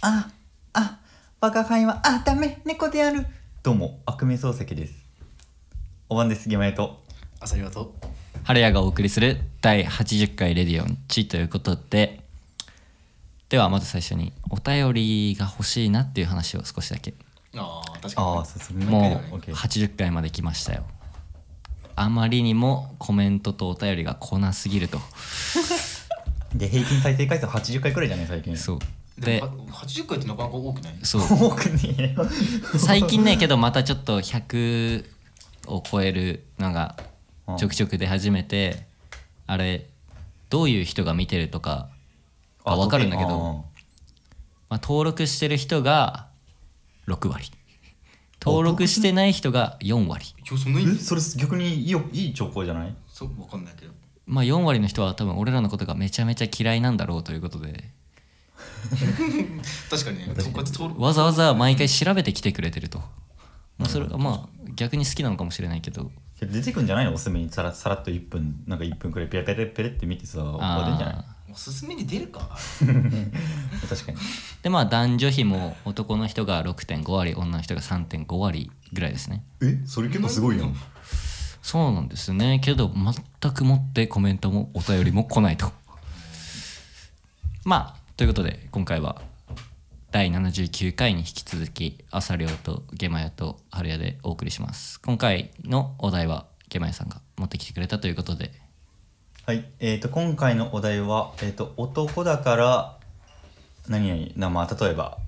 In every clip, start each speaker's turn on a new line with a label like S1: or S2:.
S1: あ、あ、我が輩は、あ、ダメ、猫である。どうも、悪名漱石です。お晩です、ぎまえと。
S2: 朝岩と
S3: 春也がお送りする第80回レディオンチということでではまず最初にお便りが欲しいなっていう話を少しだけ
S2: ああ確かに
S1: ああ、そうそう、
S3: もう
S1: オッケー
S3: 80回まで来ましたよあまりにもコメントとお便りが来なすぎると
S1: で、平均再生回数80回くらいじゃない、最近。
S3: そう
S2: で
S3: で
S2: もは80回ってなかなか多くない
S3: そう
S1: 多くね。
S3: 最近ねけどまたちょっと100を超えるのがちょくちょく出始めてあれどういう人が見てるとかが分かるんだけど、まあ、登録してる人が6割登録してない人が4割
S2: 今日そんな
S1: 時計あー
S2: に
S1: え、それ逆にいいよ、いい兆候じゃない
S2: そうわかんないけど
S3: まあ4割の人は多分俺らのことがめちゃめちゃ嫌いなんだろうということで
S2: 確かにねとんかつ登録
S3: わざわざ毎回調べてきてくれてると、まあ、それはまあ逆に好きなのかもしれないけど
S1: けど出てくんじゃないのおすすめにさらさらっと1分、なんか1分くらいペラペラペラって見てさ、終わるんじゃない
S3: あ
S2: おすすめに出るか
S1: 確かに。
S3: ーでまあ男女比も男の人が6.5割女の人が3.5割ぐらいですね
S1: え、それ結構すごいよ。
S3: そうなんですねけど全くもってコメントもお便りも来ないとまあということで今回は第79回に引き続き朝亮とゲマヤと春屋でお送りします今回のお題はゲマヤさんが持ってきてくれたということで
S1: はい、えー、と今回のお題は、えー、と男だから何々な、まあ、例えば、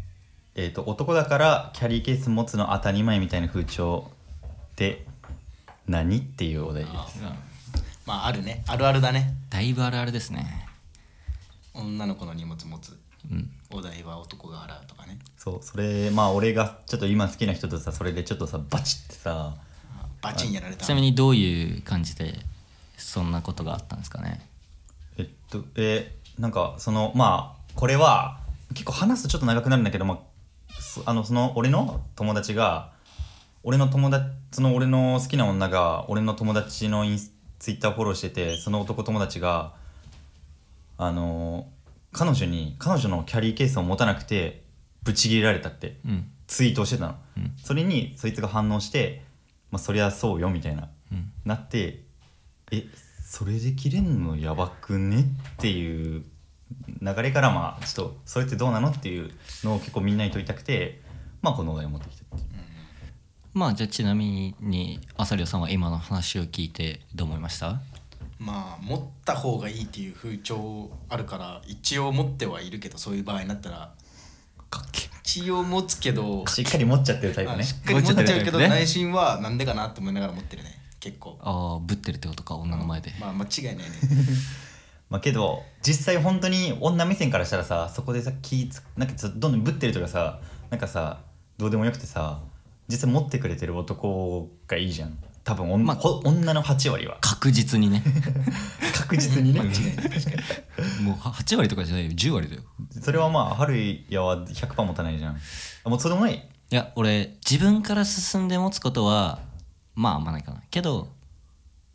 S1: えー、と男だからキャリーケース持つの当たり前みたいな風潮で何っていうお題です。
S2: まああるねあるあるだね
S3: だいぶあるあるですね
S2: 女の子の荷物持つ
S3: うん
S2: お代は男が払うとかね
S1: そうそれまあ俺がちょっと今好きな人とさそれでちょっとさバチってさ
S2: あバチンやられた
S3: ちなみにどういう感じでそんなことがあったんですかね
S1: えっとえーなんかそのまあこれは結構話すとちょっと長くなるんだけど、まあ、そあのその俺の友達が俺の友達その俺の好きな女が俺の友達のインスツイッターフォローしててその男友達があの彼女に彼女のキャリーケースを持たなくてブチ切れられたって
S3: うん
S1: ツイートをしてたの、
S3: うん
S1: それにそいつが反応して「まあ、そりゃそうよ」みたいな
S3: うん
S1: なってえそれで切れんのやばくねっていう流れからまあちょっとそれってどうなのっていうのを結構みんなに問いたくてまあこのお題を持ってきたっていう
S3: まあじゃあちなみに朝亮さんは今の話を聞いてどう思いました
S2: まあ持った方がいいっていう風潮あるから一応持ってはいるけどそういう場合になったら
S3: かっけ
S2: 一応持つけど
S1: しっかり持っちゃってるタイプ
S2: あ
S1: ね
S2: しっかり持っちゃうけど
S3: ね
S2: 内心はなんでかなと思いながら持ってるね結構
S3: ああぶってるってことか女の前で、
S2: まあ間違いないね
S1: まあけど実際本当に女目線からしたらさそこでさ気ぃつなんかちょっとどんどんぶってるとかさなんかさどうでもよくてさ実際持ってくれてる男がいいじゃん多分女,、
S3: まあ
S1: ほ女の8割 は
S3: 確実にね
S1: 確実にね
S2: 間違いない確かに
S3: もうは8割とかじゃないよ10割だよ
S1: それはまあ春やは100%持たないじゃんあもうそれもない
S3: いや俺自分から進んで持つことはまああんまないかなけど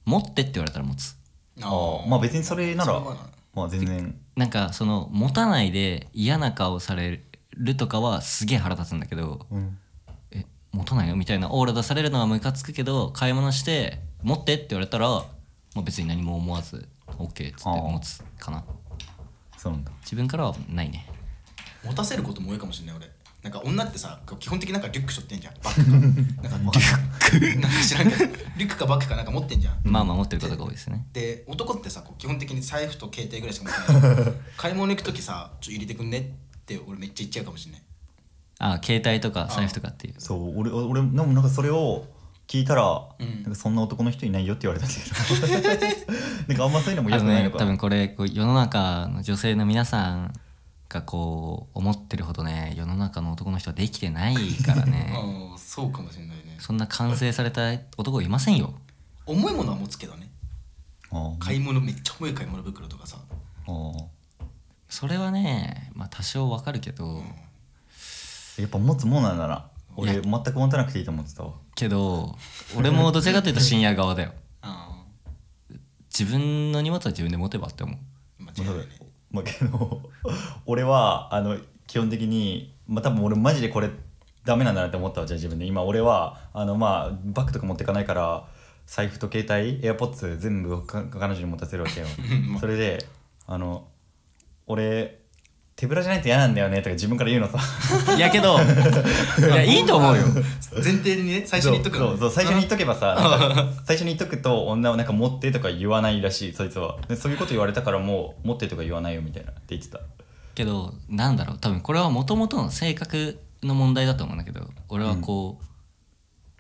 S3: 持ってって言われたら持つ
S1: ああまあ別にそれなら
S2: それはな
S1: まあ全然
S3: なんかその持たないで嫌な顔されるとかはすげえ腹立つんだけど
S1: うん
S3: え持たないのみたいなオーラ出されるのはムカつくけど買い物して持ってって言われたら、まあ、別に何も思わず OK っつって
S1: あー
S3: 持つかな
S1: そうなんだ
S3: 自分からはないね
S2: 持たせることも多いかもしれない俺なんか女ってさ基本的になんかリュックしょってんじゃんバ ッグかなんかリュックなんか知らんけどリュックかバッグかなんか持ってんじゃん
S3: まあまあ持ってることが多いですね
S2: で男ってさこう基本的に財布と携帯ぐらいしか持ってない買い物行く時さちょっと入れてくんねって俺めっちゃ言っちゃうかもしれない
S3: あ携帯とか財布とかっていう
S1: そう俺俺でもなんかそれを聞いたら、
S2: うん
S1: なんかそんな男の人いないよって言われたんだけど なんかあんまそういうのも
S3: あ
S1: 良く
S3: の
S1: ない
S3: ね
S1: の、か
S3: 多分これこう世の中の女性の皆さんがこう思ってるほどね世の中の男の人はできてないか らね
S2: ああそうかもしれないね
S3: そんな完成された男いませんよ
S2: 重いものは持つけどね
S1: ああ
S2: 買い物めっちゃ重い買い物袋とかさ、
S1: あ
S3: それはねまあ多少わかるけど、
S2: うん
S1: あやっぱ持つもんなんだな俺
S3: いや
S1: 全く持たなくていいと思ってたわ
S3: けど俺もどちらかというと深夜側だよ
S2: あ
S3: 自分の荷物は自分で持てばって思う
S2: あ間違
S1: まあ
S2: い
S1: そ
S2: な
S1: うだま
S2: いね
S1: あけど俺はあの基本的にまあ、多分俺マジでこれダメなんだなって思ったわじゃあ自分で今俺はあのまあバッグとか持ってかないから財布と携帯 AirPods 全部か彼女に持たせるわけよ それであの俺手ぶらじゃないと嫌なんだよねとか自分から言うのさ
S3: いや けどいやいいと思うよ
S2: 前提にね最初に言っとく
S1: そうそうそう最初に言っとけばさなんか最初に言っとくと女はなんか持ってとか言わないらしいそいつはでそういうこと言われたからもう持ってとか言わないよみたいなって言ってた
S3: けどなんだろう多分これはもともとの性格の問題だと思うんだけど俺はこう、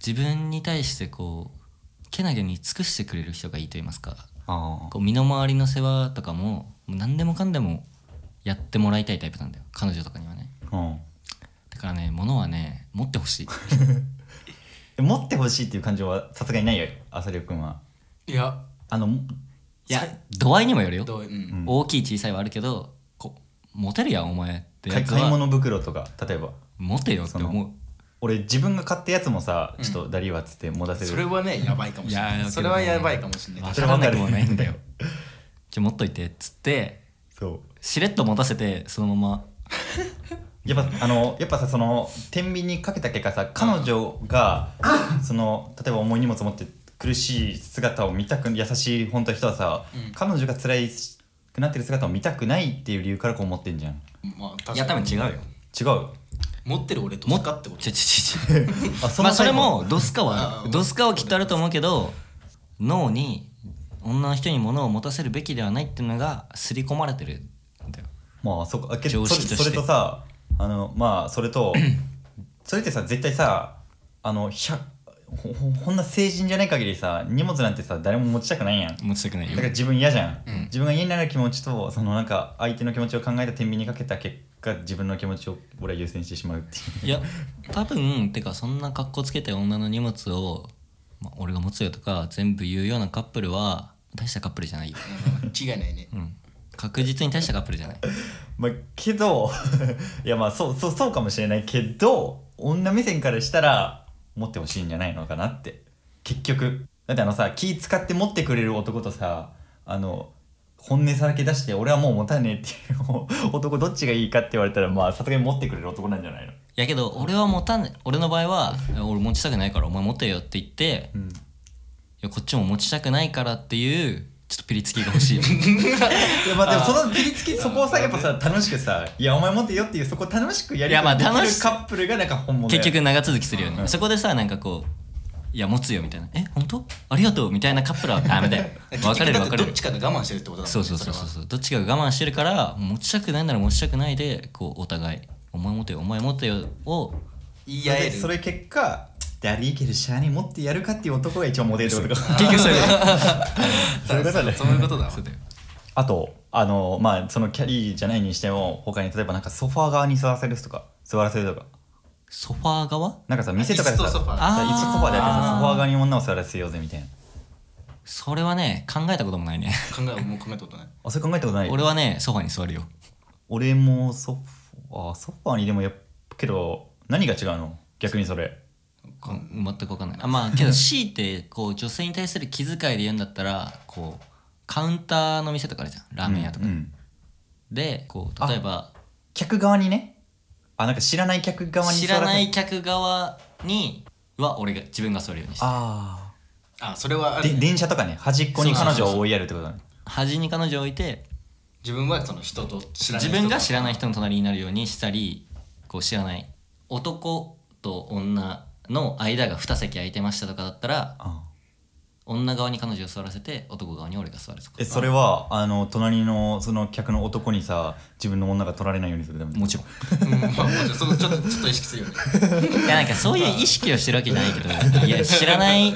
S3: 自分に対してこうけなげに尽くしてくれる人がいいと言いますか
S1: あ
S3: こう身の回りの世話とかももう何でもかんでもやってもらいたいタイプなんだよ彼女とかにはね
S1: うん
S3: だからね物はね持ってほ しい
S1: え持ってほしいっていう感情はさすがにないよ浅く君はい
S2: や
S1: あの
S3: いや度合いにもよるよ
S2: どううん
S3: 大きい小さいはあるけどこうモテるやんお前って
S1: 買
S3: や
S1: い
S3: つ
S1: 買い
S3: は
S1: 物袋とか例えば
S3: モテよって思
S1: 俺自分が買ったやつもさちょっとダリーはっつって持たせ
S2: そ
S1: る、
S2: れはねやばいかもしれない
S3: いや
S2: それはやばいかもしれな
S3: う
S2: い
S3: 分
S1: そ
S3: か
S1: れ
S3: ら
S1: わか
S3: な
S1: る
S3: くもないんだよじゃあ持っといてっつって
S1: そう
S3: しれっと持たせてそのまま
S1: やっぱあのやっぱさその天秤にかけた結果さ彼女がその例えば重い荷物持って苦しい姿を見たく優しい本当は人はさ、
S2: うん
S1: 彼女が辛いくなってる姿を見たくないっていう理由からこう思ってんじゃん
S2: まあ確かに
S3: いや多分違うよ
S1: 違う
S2: 持ってる俺とかってこと
S3: ちょちょちょちょ
S1: あ
S3: まあそ
S1: タイ
S3: れ
S1: プ
S3: もドスカ
S2: あ
S3: はあ
S2: ー
S3: るドスカはきっとあると思うけど脳に女の人に物を持たせるべきではないっていうのが刷り込まれてるんだよ
S1: まあそこあけど
S3: 常
S1: それ
S3: 識として
S1: それとさあのまあそれ とそれってさ絶対さあのひゃほほほんな成人じゃない限りさ荷物なんてさ誰も持ちたくないやんだ
S3: 持ちたくないよ
S1: から自分嫌じゃん、
S2: うん
S1: 自分が嫌になる気持ちとそのなんか相手の気持ちを考えた天秤にかけた結果自分の気持ちを俺は優先してしまうっていう
S3: いや多分てかそんな格好つけて女の荷物を、まあ、俺が持つよとか全部言うようなカップルは大したカップルじゃないよ、
S2: 違いない ね
S3: うん、確実に大したカップルじゃない
S1: まあけど いやまあそうそうそうかもしれないけど女目線からしたら持ってほしいんじゃないのかなって結局だってあのさ気使って持ってくれる男とさあの本音さらけ出して俺はもう持たねえっていう男どっちがいいかって言われたらまあさすがに持ってくれる男なんじゃないの
S3: やけど俺は持たない俺の場合は「いや俺持ちたくないからお前持てよ」って言って
S1: うん
S3: いやこっちも持ちたくないからっていうちょっとピリつきが欲しいよ
S1: まあでもそのピリつきそこをさやっぱさ楽しくさ「いやお前持ってよ」っていうそこ楽しくやり
S3: いやまあ
S1: できる
S3: 楽しく
S1: カップルがなんか本物だよ
S3: 結局長続きするよねそこでさなんかこう「いや持つよ」みたいな「え本当ありがとう」みたいなカップルはダメだよ分かれる分かれ
S2: ど
S3: る
S2: っちかが我慢してるってことだ
S3: そうそうそうそうそうどっちかが我慢してるから持ちたくないなら持ちたくないでこうお互い「お前持てよお前持てよ」を
S2: 言い
S1: いや
S2: 合える
S1: それ結果ダリーケルシャーに持ってやるかっていう男が一応モデルとか
S3: 結局それ
S1: そういうことだね
S2: そういうことだわ
S3: そうだよ
S1: あとあのまあそのキャリーじゃないにしても他に例えばなんかソファー側に座らせるとか座らせるとか
S3: ソファー側
S1: なんかさ店とかでさ
S2: 椅子とソファー
S1: だから椅子とソファーでやって
S3: あ
S1: さソ
S3: ー
S1: ファー側に女を座らせようぜみたいな
S3: それはね考えたこともないね
S2: 考えもう考えたことない
S1: あそれ考えたことない俺
S3: 俺はねソファーに座るよ
S1: もソファーソファーにでもやっけど何が違うの逆にそれ
S3: こん全く分かんないあまあけど強いてこう女性に対する気遣いで言うんだったらこうカウンターの店とかあるじゃんラーメン屋とか、
S1: うんうん
S3: でこう例えば
S1: 客側にねあなんか知らない客側に
S3: 知
S1: 座ら
S3: ら
S1: せ
S3: ない客側には俺が自分が座るようにして
S1: あ
S2: あそれはあ
S1: あ
S2: る
S1: で電車とかね端っこに彼女を追いやるってことだね
S3: 端に彼女を置いて
S2: 自分はその人と知らない
S3: 自
S2: 人
S3: 分が知らない人の隣になるようにしたりこう知らない男と女の間が2席空いてましたとかだったら
S1: あ
S3: 女側に彼女を座らせて男側に俺が座るとか
S1: えそれはあの隣のその客の男にさ自分の女が取られないようにするため
S3: もちろ
S2: うんまあもちろんそのちょっとちょっと意識するよね
S3: んいやなんかそういう意識をしてるわけじゃないけどいや知らない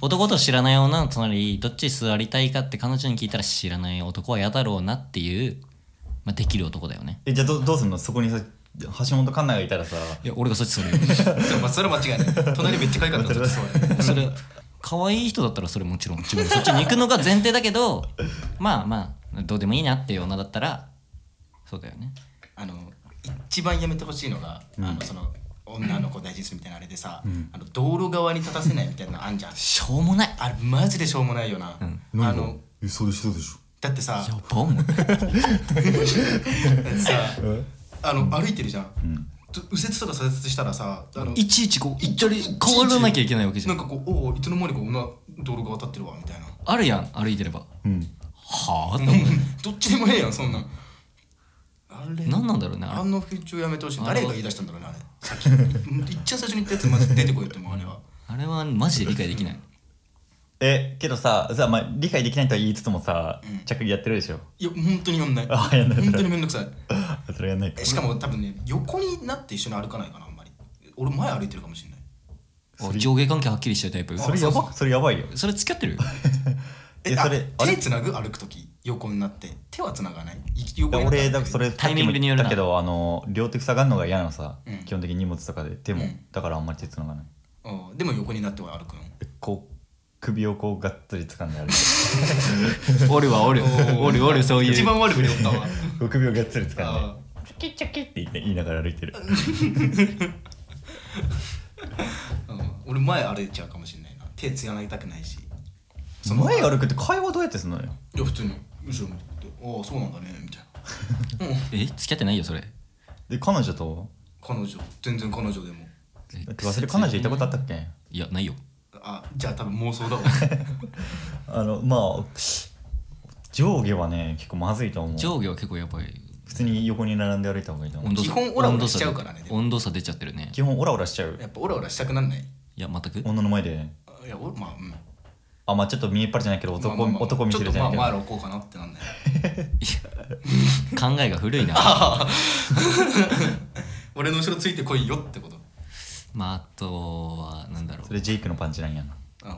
S3: 男と知らない女の隣どっちに座りたいかって彼女に聞いたら知らない男は嫌だろうなっていう、まあ、できる男だよね
S1: えじゃあどどうすんのそこにさ橋本環奈がいたらさ
S3: いや俺がそっち座るよ
S2: でもまあそれは間違いない隣めっちゃ可愛かったからそうだね
S3: それ可愛い人だったらそれもちろん自分そっちに行くのが前提だけど まあまあどうでもいいなっていう女だったらそうだよね
S2: あの一番やめてほしいのが、あのその女の子を大事にするみたいなあれでさ、あの道路側に立たせないみたいなのあんじゃん
S3: しょうもない
S2: あれマジでしょうもないよな、あの
S1: えそうでしょそうでしょ
S2: だってさ
S3: やばお前
S2: だってさあの歩いてるじゃん、ちょ右折とか左折したらさあの
S3: いちいちこう
S2: い
S3: 一応変わらなきゃいけないわけじ
S2: な
S3: ゃ
S2: ん
S3: ん
S2: かこうおおいつの間にかこんな道路が渡ってるわみたいな
S3: あるやん歩いてれば
S1: うん
S3: はあ
S2: どっちでもええやんそんなんあれ
S3: 何なんだろうねあ
S2: あ
S3: れ
S2: の風潮やめてほしい
S3: あ
S2: 誰が言い出したんだろうねあれさっき 一番最初に言ったやつまず出てこいってもうあれは
S3: あれはマジで理解できない
S1: えけどささ、まあ、理解できないとは言いつつもさ、
S2: うん
S1: 着衣やってるでしょ
S2: いや本当にやんない
S1: あやんない
S2: 本当にめんどくさい
S1: あそれやんないか
S2: えしかも多分ね横になって一緒に歩かないかなあんまり俺前歩いてるかもしれない
S1: それ
S3: 上下関係はっきりしてるタイプ
S1: それやばそれやばいよ
S3: それ付き合ってる
S1: え
S2: え
S1: そ
S2: そ
S1: れ
S2: れ
S1: あれ
S2: 手つなぐ歩く時横になって手はつながないい
S1: い
S2: 横
S1: や
S2: になって
S1: 俺だからそれ
S3: タイミングによる
S1: だ
S3: な
S1: けどあの両手塞がるのが嫌なのさ、
S2: うん
S1: 基本的に荷物とかで手も、
S2: うん
S1: だからあんまり手つながない
S2: うんでも横になって俺歩くの
S1: こう首をこうがっつり掴んである
S3: おるわおるおるおるそういう
S2: 一番悪く 酔ったわ
S1: 首をがっつり掴んで
S2: あ
S1: チョキチョキって言って言いながら歩いてる
S2: ーうん俺前歩いちゃうかもしれないな手つなぎたくないし
S1: その前歩くって会話どうやってすんのよ
S2: いや普通に後ろ向いてああそうなんだねみたい なうん
S3: え付き合ってないよそれ
S1: で彼女と
S2: 彼女全然彼女でも
S1: だって忘れ彼女いたことあったっけ
S3: いやないよ
S2: あじゃあ多分妄想だわ
S1: あのまあ上下はね結構まずいと思う
S3: 上下は結構やばい
S1: 普通に横に並んで歩いた方がいいと思う
S3: 温度差
S2: 基本オラオラしちゃうからね
S3: 温度差
S2: でも
S3: で温度差出ちゃってるね
S1: 基本オラオラしちゃう
S2: やっぱオラオラしたくなんない
S3: いや全く
S1: 女の前で
S2: あいや俺まあうん
S1: あまあちょっと見えっ張りじゃないけど男,、
S2: まあまあまあ
S1: 男見せるじゃないけ
S2: ち
S1: ど
S2: ょっとまあ前歩こうかなってなんない
S3: 考えが古いな
S2: 俺の後ろついてこいよってこと
S3: まああとはなんだろう
S1: それジェイクのパンチラインやな
S2: うんうん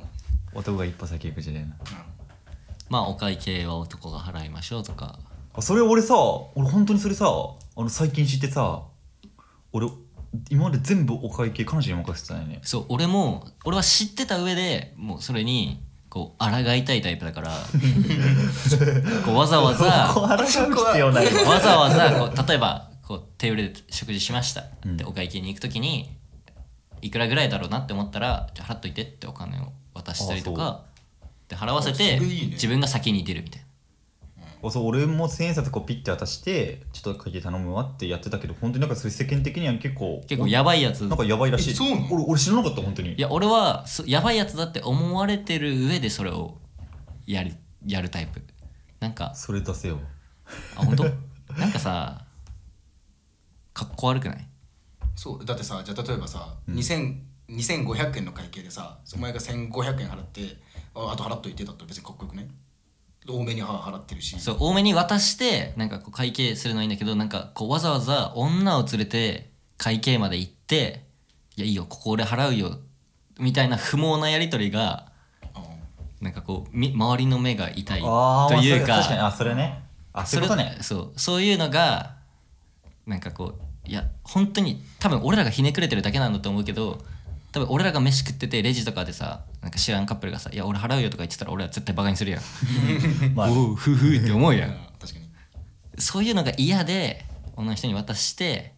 S1: 男が一歩先行く時代な
S3: まあお会計は男が払いましょうとか
S1: あそれ俺さ俺本当にそれさあの最近知ってさ俺今まで全部お会計彼女に任せてたよね
S3: そう俺も俺は知ってた上でもうそれにこう抗いたいタイプだから こうわざわざ
S1: ここ
S3: わ
S1: 洗う必要ないわ
S3: ざわざこう例えばこうテーブルで食事しました、
S1: うん
S3: でお会計に行く時にいくらぐらいだろうなって思ったらじゃあ払っといてってお金を渡したりとかで払わせ
S2: あ
S3: て
S2: それいいね
S3: 自分が先に出るみたいな
S1: あ そう俺も千円札こうピッて渡してちょっと会計頼むわってやってたけど本当になんかそれ世間的には結構
S3: 結構やばいやつ
S1: なんかやばいらしい
S2: えそうなの
S1: 俺俺知らなかった本当に
S3: いや俺はそやばいやつだって思われてる上でそれをやるやるタイプなんか
S1: それ出せよ
S3: あ本当なんかさかっこ悪くない
S2: そうだってさじゃあ例えばさ、2000 2500円の会計でさお前が1500円払ってああと払っといてだったら別にかっこよくね多めには払ってるし
S3: そう多めに渡してなんかこう会計するのはいいんだけどなんかこうわざわざ女を連れて会計まで行って「いやいいよここ俺払うよ」みたいな不毛なやり取りが
S2: うん
S3: なんかこうみ周りの目が痛い
S1: あー
S3: と
S1: まあ
S3: いう
S1: それ確かにあそれねあそういうことね
S3: そうそういうのがなんかこういや本当に多分俺らがひねくれてるだけなんだと思うけど多分俺らが飯食っててレジとかでさなんか知らんカップルがさ「いや俺払うよ」とか言ってたら俺は絶対バカにするやん
S1: まあ
S3: 「おうふうふう」って思うや
S2: うん
S3: ん
S2: 確かに
S3: そういうのが嫌で女の人に渡して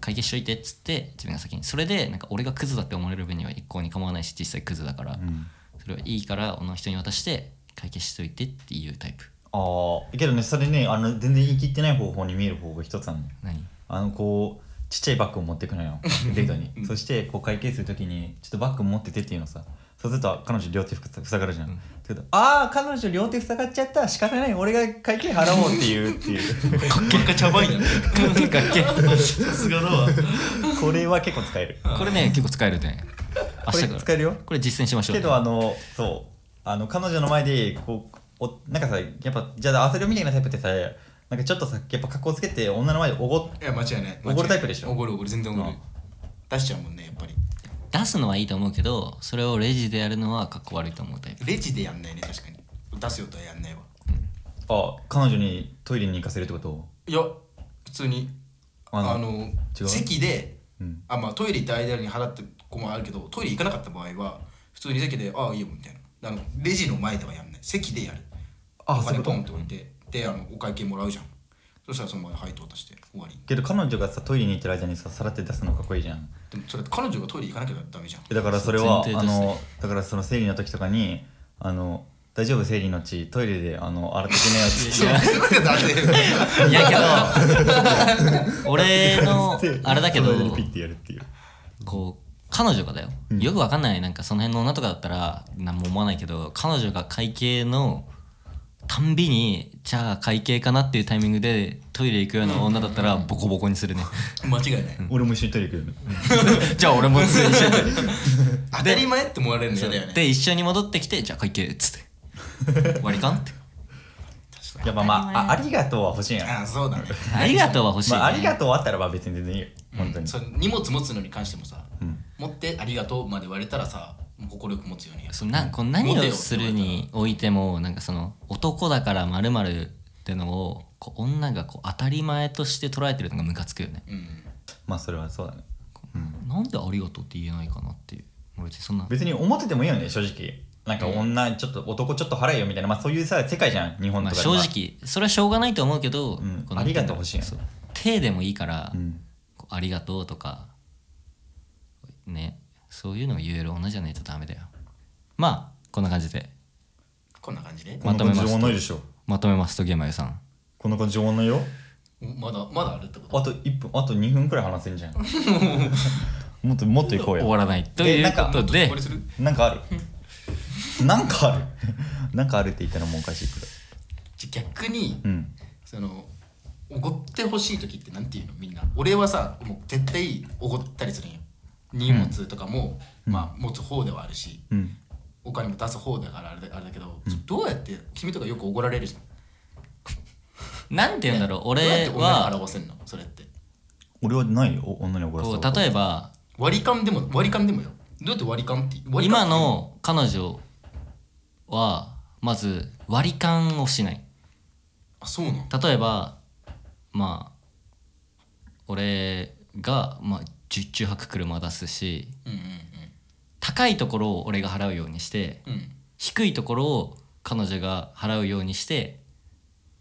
S3: 解決しといてっつって自分が先にそれでなんか俺がクズだって思われる分には一向に構わないし実際クズだから、
S1: うん
S3: それはいいから女の人に渡して解決しといてっていうタイプ
S1: ああけどねそれねあの全然言い切ってない方法に見える方法が一つあるの
S3: 何
S1: あのこうちっちゃいバッグを持ってくの よデートに、そしてこう会計するときにちょっとバッグ持っててっていうのさそうすると彼女両手ふさ塞がるじゃん、けどああ彼女両手塞がっちゃった仕方ない俺が会計払おうっていうって いう
S2: 結果茶番やね
S3: かっけ
S2: さすがだわ
S1: これは結構使える
S3: これね結構使えるね明
S1: こ
S3: 日
S1: れ
S3: から
S1: 使えるよ
S3: これ実践しましょう
S1: けどあのそうあの彼女の前でこうおなんかさやっぱじゃあ焦るみたいなタイプってさなんかちょっとさやっぱ格好つけて女の前でおごっ
S2: いや間違いない
S1: おごるタイプでしょ
S2: おごるおごる全然おごる
S1: うん
S2: 出しちゃうもんねやっぱり
S3: 出すのはいいと思うけどそれをレジでやるのはかっこ悪いと思うタイプ
S2: レジでやんないね確かに出すよとはやんないわ
S1: あ彼女にトイレに行かせるってこと
S2: いや普通に
S1: あ
S2: あ
S1: の
S2: の
S1: 違う
S2: 席で、
S1: うん
S2: あまあ、トイレ行った間に払った子もあるけどトイレ行かなかった場合は普通に席で「ああいいよ」みたいなあのレジの前ではやんない席でやる
S1: あ
S2: お
S1: そういう
S2: 金
S1: こと
S2: ポンって置いてであのお会計もらうじゃんそしたらそのまま配当渡して終わり
S1: けど彼女がさトイレに行ってる間にささらって出すのかっこいいじゃん
S2: でもそれ彼女がトイレ行かなきゃダメじゃん
S1: えだからそれは
S3: そう前提
S1: あ
S3: として
S1: のだからその生理の時とかにあの大丈夫生理の血トイレであの洗ってきなよって言って
S2: そういうことだって
S3: いやけど 俺のあれだけど
S1: その間にピッてやるっていう
S3: こう彼女がだよ、よくわかんないなんかその辺の女とかだったら何も思わないけど彼女が会計のたんびにじゃあ会計かなっていうタイミングでトイレ行くような女だったらボコボコ にするね
S2: 間違いない
S1: 俺も一緒にトイレ行くよね
S3: じゃあ俺もついにしようって
S2: 当たり前って思われるんだよね
S3: で一緒に戻ってきてじゃあ会計っつって割り勘って
S1: やっぱまああありがとうは欲しいんや
S2: ああそうだね
S3: ありがとうは欲しい、ね
S1: ま あ、ありがとうあったらば別に全然いいよ本当に、
S2: そう荷物持つのに関してもさ持ってありがとうまで割れたらさ心よく持つように
S3: そうなこう何をするにおいてもなんかその男だからまるってのをこう女がこう当たり前として捉えてるのがムカつくよね、
S2: うん
S1: まあそれはそうだね
S3: なんでありがとうって言えないかなっていう俺別にそんな
S1: 別に思っててもいいよね正直なんか女ちょっと男ちょっと払えよみたいな、まあ、そういうさ世界じゃん日本
S3: まあ、
S1: とかで
S3: 正
S1: は
S3: 直それはしょうがないと思うけど、
S1: ん
S3: この
S1: ありがとう欲しいよね
S3: そう手でもいいから、
S1: うん
S3: こうありがとうとかねそういうのを言える女じゃないとダメだよまあこんな感じで
S2: こんな感じで
S1: こんな感じで
S3: まとめますと
S1: 終わんないでしょ
S3: まとめますとゲマユさん
S1: こんな感じで終わんないよ
S2: まだまだあるってこと
S1: あと1分あと2分くらい話せんじゃんもっともっといこう
S3: 終
S1: よ
S3: わらないということで
S2: これする
S1: なんかあるなんかあるなんかあるって言ったらもうおかしいくらい
S2: じゃあ逆に
S1: うん
S2: そのおごってほしい時ってなんていうのみんな俺はさもう絶対おごったりするんよ荷物とかも、まあ持つ方ではあるし
S1: うん
S2: お金も出す方だからあれだあれだけど、どうやって君とかよくおごられるじゃん
S3: なんて言うんだろう
S2: どうやって
S3: 俺
S2: 女に払
S3: は
S2: わせんのそれって
S1: 俺はないよお女に怒らせ
S3: こ
S1: た
S3: う例えば
S2: 割り勘でも割り勘でもよどうやって割り勘って割り勘
S3: 今の彼女はまず割り勘をしない
S2: あそうなの
S3: 例えばまあ俺が、まあ、10中泊車出すし
S2: うんうん
S3: 高いところを俺が払うようにして
S2: うんうん
S3: 低いところを彼女が払うようにして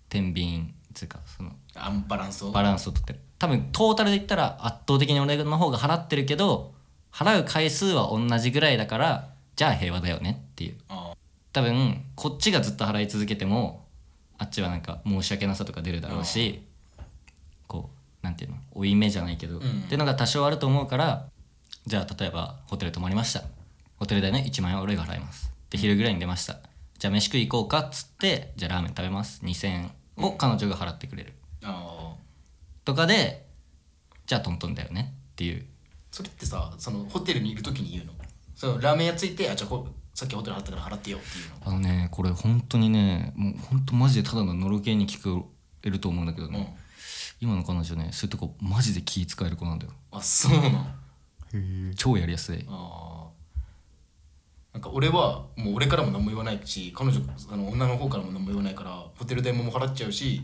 S3: 天秤つうかその
S2: アンバランスを
S3: バランスをとってる多分トータルで言ったら圧倒的に俺の方が払ってるけど払う回数は同じぐらいだからじゃあ平和だよねっていう
S2: あ
S3: 多分こっちがずっと払い続けてもあっちはなんか申し訳なさとか出るだろうしこうなんていうの負い目じゃないけど、
S2: ん
S3: っていうのが多少あると思うからじゃあ例えばホテル泊まりましたホテル代ね1万円は俺が払いますで昼ぐらいに出ましたじゃあ飯食い行こうかっつってじゃあラーメン食べます2000円を彼女が払ってくれる、
S2: あ
S3: とかでじゃあトントンだよねっていう
S2: それってさそのホテルにいる時に言うのそのラーメン屋ついてあじゃあこさっきホテル払ったから払ってよっていうの
S3: あのねこれ本当にねもう本当マジでただののろけに聞こえると思うんだけどね、今の彼女ねそういうとこマジで気使える子なんだよ
S2: あそうなの
S3: 超やりやすい
S2: あーなんか俺はもう俺からも何も言わないし彼女あの女の方からも何も言わないからホテル代も払っちゃうし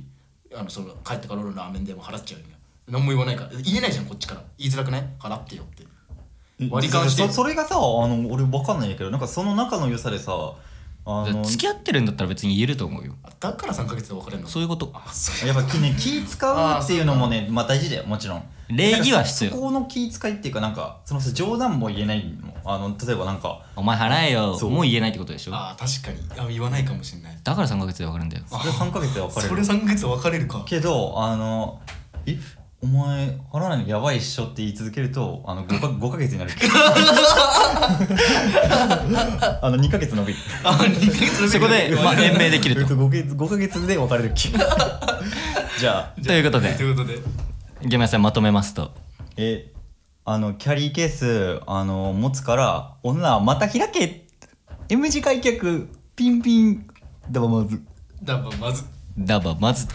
S2: あのその帰ってからのラーメン代も払っちゃうんよ何も言わないから言えないじゃんこっちから言いづらくない払ってよって
S1: え
S2: 割り勘して
S1: そそれがさあの俺分かんないんだけどなんかその中の良さでさあの
S3: 付き合ってるんだったら別に言えると思うよ
S2: あだから3ヶ月で別れるの
S3: そういうこと
S2: あそう
S1: やっぱ気,、ね、気使うっていうのもねまあ大事だよもちろん
S3: 礼儀は必要
S1: そこの気遣いっていうかなんかそのさ冗談も言えないのあの例えばなんか
S3: お前払えよ
S1: そう
S3: もう言えないってことでしょ
S2: あー確かにあ言わないかもしれない
S3: だから3ヶ月で分かるんだよ
S1: それ3ヶ月で別れ
S2: そ
S1: る
S2: れ3ヶ月で別れる か
S1: けどあの「えお前払わないのやばいっしょ」って言い続けるとあの 5, か5ヶ月になる あの2ヶ月伸びる
S2: あ2ヶ月
S3: そこで、まあ、延命できると
S1: 5月5ヶ月で別れる じゃあ
S3: ということで
S2: ということで
S3: ゲマさんまとめますと
S1: えあのキャリーケースあの持つから女はまた開け M 字開脚ピンピンだまず
S2: だままず
S3: ダバまず